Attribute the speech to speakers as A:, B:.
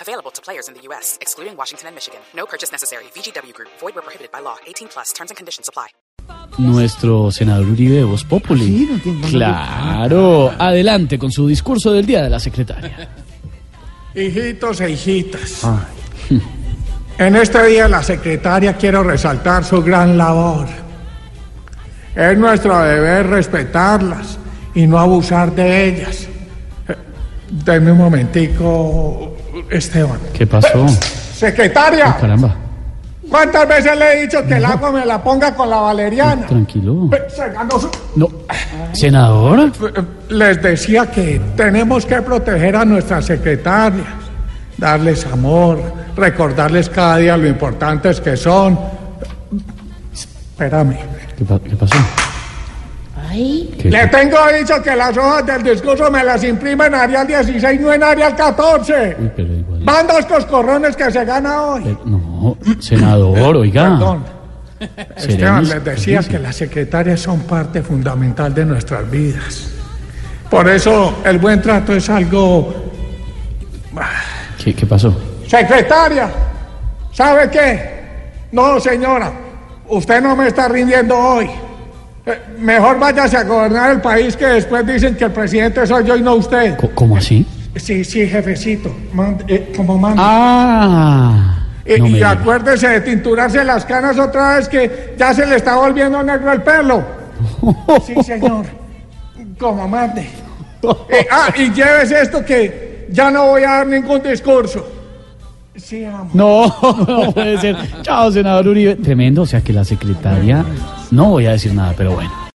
A: Available to players in the U.S., excluding Washington and Michigan. No purchase necessary. VGW Group, void were prohibited by law. 18 plus terms and conditions apply.
B: Nuestro senador Uribe de Voz Populi.
C: Sí, no tiene- no tiene-
B: claro, adelante con su discurso del día de la secretaria.
D: Hijitos e hijitas. En este día la secretaria quiero resaltar su gran labor. Es nuestro deber respetarlas y no abusar de ellas. Eh, Deme un momentico, Esteban.
B: ¿Qué pasó?
D: Secretaria,
B: Caramba,
D: ¿cuántas veces le he dicho que el agua me la ponga con la valeriana?
B: tranquilo.
D: Pe- se ganó su-
B: No, senador,
D: Les decía que tenemos que proteger a nuestras secretarias, darles amor, recordarles cada día lo importantes que son. Espérame.
B: ¿qué, pa- qué pasó? ¿Qué-
D: Le tengo dicho que las hojas del discurso me las imprime en Arial 16, no en Arial 14.
B: Uy, pero igual-
D: Van dos coscorrones que se gana hoy.
B: eh, No, senador, oiga.
D: Perdón. Esteban,
B: serenis-
D: les decía que las secretarias son parte fundamental de nuestras vidas. Por eso el buen trato es algo
B: ¿Qué, qué pasó?
D: Secretaria, ¿sabe qué? No, señora, usted no me está rindiendo hoy. Eh, Mejor váyase a gobernar el país que después dicen que el presidente soy yo y no usted.
B: Co- ¿Cómo así?
D: Sí, sí, jefecito, mand- eh, como manda.
B: Ah,
D: Eh,
B: no me
D: y
B: diga.
D: acuérdese de tinturarse las canas otra vez que ya se le está volviendo negro el pelo. Sí, señor. Como mande. Eh, ah, y lleves esto que ya no voy a dar ningún discurso. Sí, amo.
B: No, no puede ser. Chao, senador Uribe. Tremendo, o sea que la secretaria. No voy a decir nada, pero bueno.